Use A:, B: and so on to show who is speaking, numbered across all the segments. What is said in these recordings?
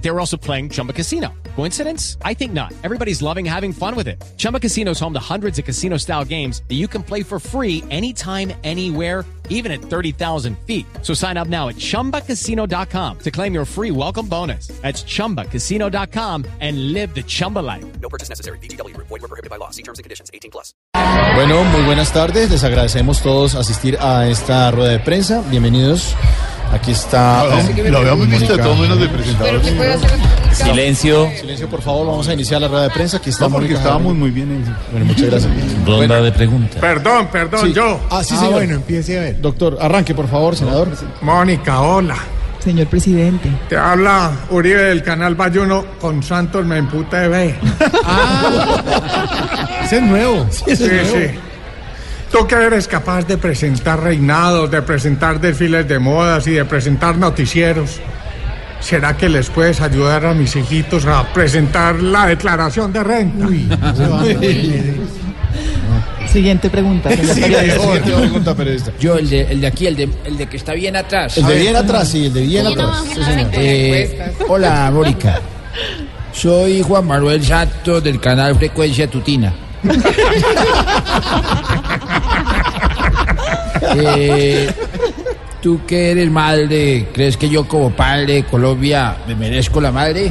A: They were also playing Chumba Casino. Coincidence? I think not. Everybody's loving having fun with it. Chumba Casino is home to hundreds of casino style games that you can play for free anytime, anywhere even at 30,000 feet. So sign up now at ChumbaCasino.com to claim your free welcome bonus. That's ChumbaCasino.com and live the Chumba life.
B: No purchase necessary. BGW. Void were prohibited by law. See terms and conditions. 18 plus.
C: Bueno, muy buenas tardes. Les agradecemos todos asistir a esta rueda de prensa. Bienvenidos. Aquí está.
D: Ah, Lo habíamos visto de todo menos de presentador.
E: Silencio,
C: Silencio, por favor. Vamos a iniciar la rueda de prensa. Aquí está.
D: No, porque
C: Mónica
D: estábamos
C: Jaramillo.
D: muy bien en
C: Bueno, muchas gracias.
E: ronda de preguntas.
F: Perdón, perdón,
C: Sí.
F: yo.
C: Ah, sí, señor.
G: bueno, empiece a ver.
C: Doctor, arranque, por favor, senador.
F: Mónica, hola.
G: Señor presidente.
F: Te habla Uribe del canal Bayuno con Santos Me Emputa TV.
C: Ah.
G: Ese es nuevo.
F: Sí, sí. Tú que eres capaz de presentar reinados, de presentar desfiles de modas y de presentar noticieros. ¿Será que les puedes ayudar a mis hijitos a presentar la declaración de renta?
G: Siguiente pregunta. señor
C: Sí,
G: periodista.
C: siguiente pregunta, periodista.
H: Yo, el de, el de aquí, el de, el de que está bien atrás.
C: El de bien atrás, sí, el de bien atrás. Sí, señor.
H: Eh, hola, Mónica. Soy Juan Manuel Santos del canal Frecuencia Tutina. Eh, ¿Tú que eres madre? ¿Crees que yo como padre de Colombia me merezco la madre?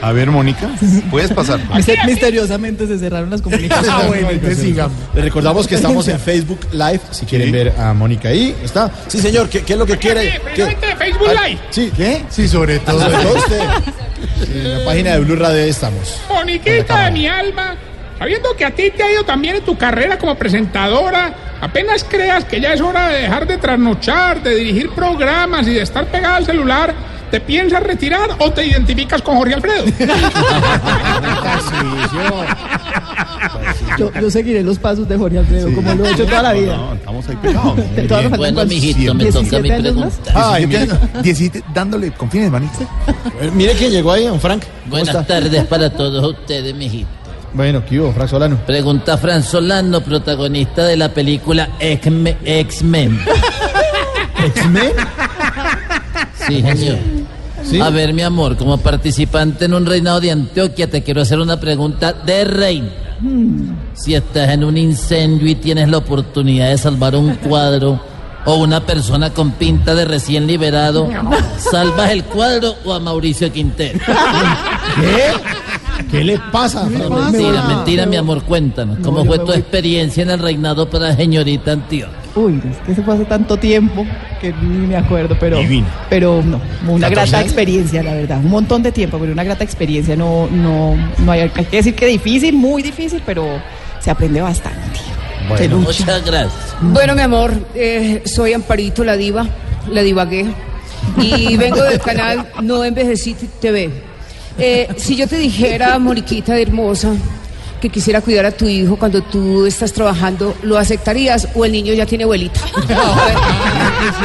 D: A ver, Mónica, puedes pasar.
G: Mister- misteriosamente se cerraron las comunicaciones.
F: Ah, bueno, entonces sigamos.
C: Les recordamos que estamos en Facebook Live. Si quieren
D: Sí.
C: ver a Mónica ahí, está. Sí, señor. ¿Qué, qué es lo que quiere? ¿Qué?
F: Facebook Live.
C: Sí,
D: ¿Qué? Sí, sobre todo.
C: sobre todo usted. En la página de Blue Radio estamos.
I: Moniquita de mi alma, sabiendo que a ti te ha ido también en tu carrera como presentadora, apenas creas que ya es hora de dejar de trasnochar, de dirigir programas y de estar pegada al celular, ¿te piensas retirar o te identificas con Jorge Alfredo?
G: Yo, yo seguiré los pasos de Jorge Alfredo, como lo he hecho toda la vida.
D: No, estamos ahí pegados.
G: Todas las
H: Bueno,
G: facultades.
H: mijito, me toca
G: 17
H: mi
G: años más.
H: pregunta.
C: Ah, ¿y qué?
D: dándole confines, manito.
C: Eh, Mire quién llegó ahí, don Frank. ¿Cómo está?
H: Buenas tardes para todos ustedes, mijito.
C: Bueno, ¿qué hubo, Frank Solano?
H: Pregunta Fran Solano, protagonista de la película X-Men. X-Men.
C: ¿X-Men?
H: Sí, señor.
C: Sí.
H: A ver, mi amor, como participante en un reinado de Antioquia, te quiero hacer una pregunta de reina.
C: Hmm.
H: Si estás en un incendio y tienes la oportunidad de salvar un cuadro o una persona con pinta de recién liberado, ¿salvas el cuadro o a Mauricio Quintero?
C: ¿Qué le pasa, Frank?
H: Mentira, mentira, mi amor, cuéntanos. ¿Cómo fue tu experiencia en el reinado para señorita Antioquia?
G: Uy, es que se fue hace tanto tiempo que ni me acuerdo, pero.
C: Divino.
G: Pero no, una
C: 14
G: grata
C: años.
G: experiencia, la verdad. Un montón de tiempo, pero una grata experiencia. No, no, no hay, hay que decir que difícil, muy difícil, pero se aprende bastante. Se
C: Bueno,
G: lucha.
H: Muchas gracias.
J: Bueno, mi amor, eh, soy Amparito, la diva, la divagué, y vengo del canal No Envejeciste TV. Eh, si yo te dijera, Moniquita hermosa, que quisiera cuidar a tu hijo cuando tú estás trabajando, ¿lo aceptarías o el niño ya tiene abuelita?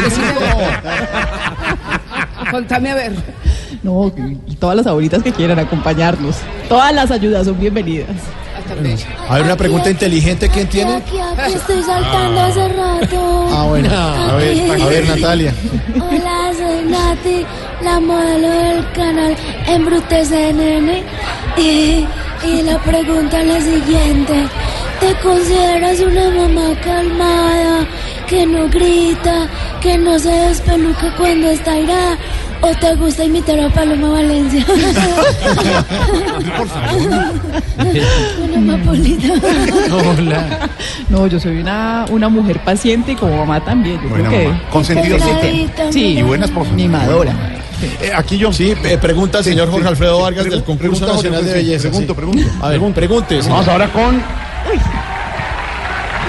J: Decime, Contame a ver.
G: No, y todas las abuelitas que quieran acompañarnos. Todas las ayudas son bienvenidas.
J: Hasta luego.
C: a ver, una pregunta inteligente, ¿quién tiene?
K: Aquí, aquí estoy saltando hace rato.
C: Ah, bueno. A ver, a ver, Natalia.
K: Hola, soy Nati, la modelo del canal EmbruteCNN. Y, y la pregunta es la siguiente. ¿Te consideras una mamá calmada, que no grita, que no se despeluca cuando está irada? ¿O te gusta imitar a Paloma Valencia? Paloma Polita.
G: No, yo soy una, una mujer paciente y como mamá también. Yo
D: Buena
G: creo
D: mamá.
G: que.
D: Consentida siempre.
K: Calladita,
G: Sí.
D: Y buena esposa.
G: Mimadora.
D: Eh, aquí yo.
C: Sí, eh, pregunta al señor Jorge Alfredo Vargas del Concurso
D: Pregunta,
C: Nacional de
D: Jorge,
C: Belleza.
D: Pregunto,
C: sí.
D: pregunto.
C: A ver, pregunte. señor.
F: Vamos ahora con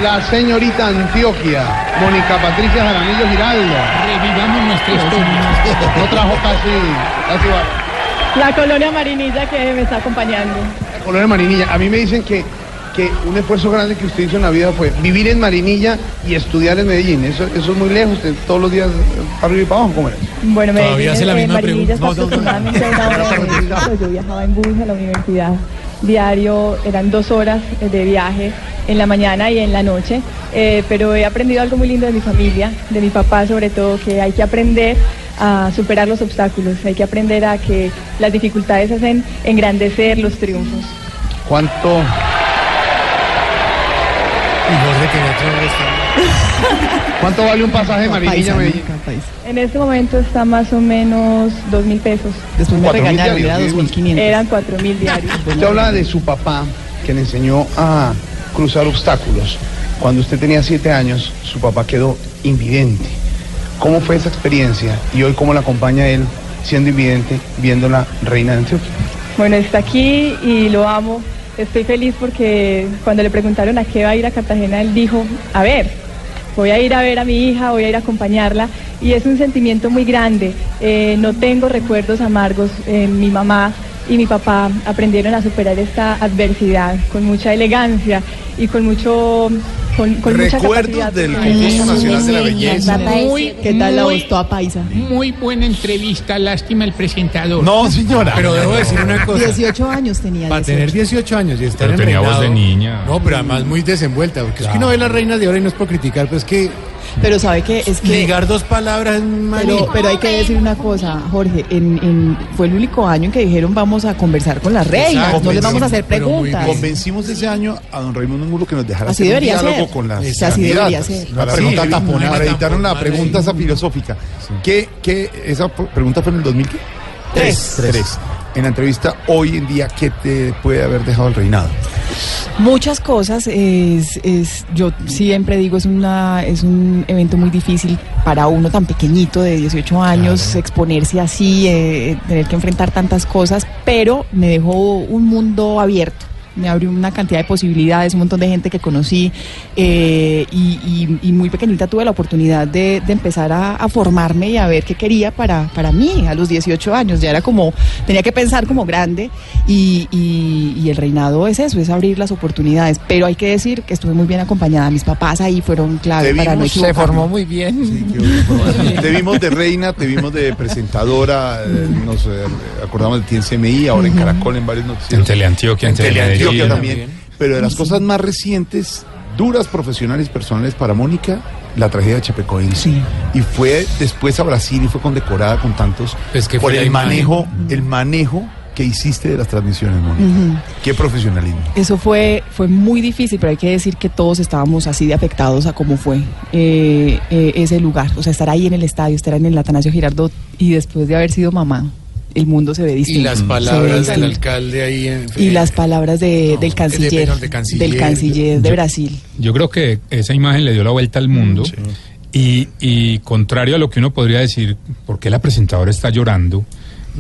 F: la señorita Antioquia, Mónica Patricia Jaramillo Giraldo.
H: Revivamos nuestra historia.
F: No trajo casi, casi va-
G: La colonia marinilla que me está acompañando.
F: color de Marinilla. A mí me dicen que, que un esfuerzo grande que usted hizo en la vida fue vivir en Marinilla y estudiar en Medellín. Eso, eso es muy lejos, usted todos los días eh, para arriba y para abajo, ¿cómo es?
G: Bueno, me
E: Todavía hace la misma pregunta.
G: Yo viajaba en bus a la universidad.
L: diario, eran dos horas eh, de viaje en la mañana y en la noche, eh, pero he aprendido algo muy lindo de mi familia, de mi papá sobre todo, que hay que aprender a superar los obstáculos, hay que aprender a que las dificultades hacen engrandecer los triunfos.
M: ¿Cuánto? ¿Cuánto vale un pasaje de Marinilla a Medellín?
L: En este momento está más o menos dos mil pesos.
M: Después me Cuatro mil regañaron, diarios, era digo. 2.500.
L: Eran cuatro mil diarios.
M: Usted habla de su papá que le enseñó a cruzar obstáculos. Cuando usted tenía siete años, su papá quedó invidente. ¿Cómo fue esa experiencia? Y hoy, ¿cómo la acompaña él siendo invidente, viendo la reina de Antioquia?
L: Bueno, está aquí y lo amo. Estoy feliz porque cuando le preguntaron a qué va a ir a Cartagena, él dijo, a ver, voy a ir a ver a mi hija, voy a ir a acompañarla. Y es un sentimiento muy grande. Eh, no tengo recuerdos amargos. Eh, mi mamá y mi papá aprendieron a superar esta adversidad con mucha elegancia y con mucho... Con, con mucha capacidad.
D: Recuerdos del Concurso Nacional de la Belleza.
I: Muy,
G: ¿Qué tal la
I: muy-
G: voz toda paisa?
I: Muy buena entrevista, lástima el presentador.
D: No, señora.
N: Pero debo decir una cosa.
G: 18 años tenía.
N: Para tener 18 años y estar
O: Pero tenía voz
N: enreinado.
O: de niña.
N: No, pero además muy desenvuelta. Porque es que
G: Claro.
N: uno ve las reinas de ahora y no es por criticar, pero es que.
G: Pero sabe que es que.
N: Ligar dos palabras
G: Pero, pero hay que decir una cosa, Jorge, en, en- fue el único año en que dijeron vamos a conversar con las reinas,
D: Exacto,
G: no les vamos a hacer
D: pero muy bien.
G: preguntas.
D: Convencimos ese año a don Raimundo Angulo que nos dejara
G: Así
D: hacer un
G: debería
D: diálogo
G: ser.
D: con las
G: Sí, así debería
D: candidatas,
G: ser.
D: Para,
G: Sí,
D: preguntar-
G: una
D: para
G: taponada,
D: evitar una
G: taponada,
D: pregunta
G: sí.
D: esa filosófica. ¿Qué, qué- esa pr- pregunta fue en el 2003.
G: Tres. Tres.
D: En la entrevista hoy en día, ¿qué te puede haber dejado el reinado?
G: Muchas cosas, es, es, yo siempre digo, es, una, es un evento muy difícil para uno tan pequeñito de 18 años, exponerse así, eh, tener que enfrentar tantas cosas, pero me dejó un mundo abierto. Me abrió una cantidad de posibilidades, un montón de gente que conocí eh, y, y- y muy pequeñita tuve la oportunidad de, de empezar a, a formarme y a ver qué quería para, para mí a los 18 años. Ya era como, tenía que pensar como grande y, y- y el reinado es eso, es abrir las oportunidades. Pero hay que decir que estuve muy bien acompañada, mis papás ahí fueron clave
D: Te
G: para no
D: vimos, se
G: equivocarme.
D: formó
G: muy bien.
D: te vimos de reina, te vimos de presentadora, eh, nos eh, acordamos de ti en CMI, ahora en Caracol, en varios noticieros.
O: En Teleantioquia, en
D: Teleantioquia
O: Telemedellín.
D: también. Pero de las cosas más recientes, duras profesionales personales para Mónica, la tragedia de Chepecoense. Y fue después a Brasil y fue condecorada con tantos
N: Pues que
D: por
N: fue la
D: el
N: imagen.
D: manejo, el manejo que hiciste de las transmisiones, Mónica.
G: Ujú.
D: Qué profesionalismo.
G: Eso fue, fue muy difícil, pero hay que decir que todos estábamos así de afectados a cómo fue eh, eh, ese lugar. O sea, estar ahí en el estadio, estar en el Atanasio Girardot y después de haber sido mamá, el mundo se ve distinto.
N: Y las
G: se ve
N: palabras del
G: distinto.
N: alcalde ahí en.
G: Y las palabras de- del canciller,
N: perdón, de canciller.
G: del canciller de Brasil.
O: Yo creo que esa imagen le dio la vuelta al mundo y, y contrario a lo que uno podría decir, ¿por qué la presentadora está llorando?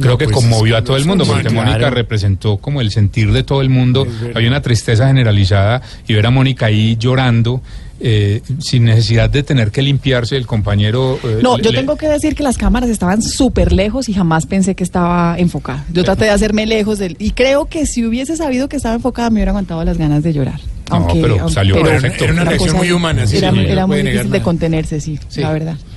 O: Creo
N: No,
O: que
N: pues,
O: conmovió
N: es
O: a
N: que
O: todo el
N: no
O: mundo,
N: es
O: porque
N: normal,
O: Mónica
N: claro.
O: representó como el sentir de todo el mundo. Había una tristeza generalizada y ver a Mónica ahí llorando eh, sin necesidad de tener que limpiarse el compañero. eh,
G: No, yo
O: le-
G: tengo que decir que las cámaras estaban súper lejos y jamás pensé que estaba enfocada. Yo traté de hacerme lejos del, y creo que si hubiese sabido que estaba enfocada me hubiera aguantado las ganas de llorar.
O: No, pero salió perfecto.
G: una cosa- Era, era muy difícil de
N: contar.
G: contenerse, sí, la verdad.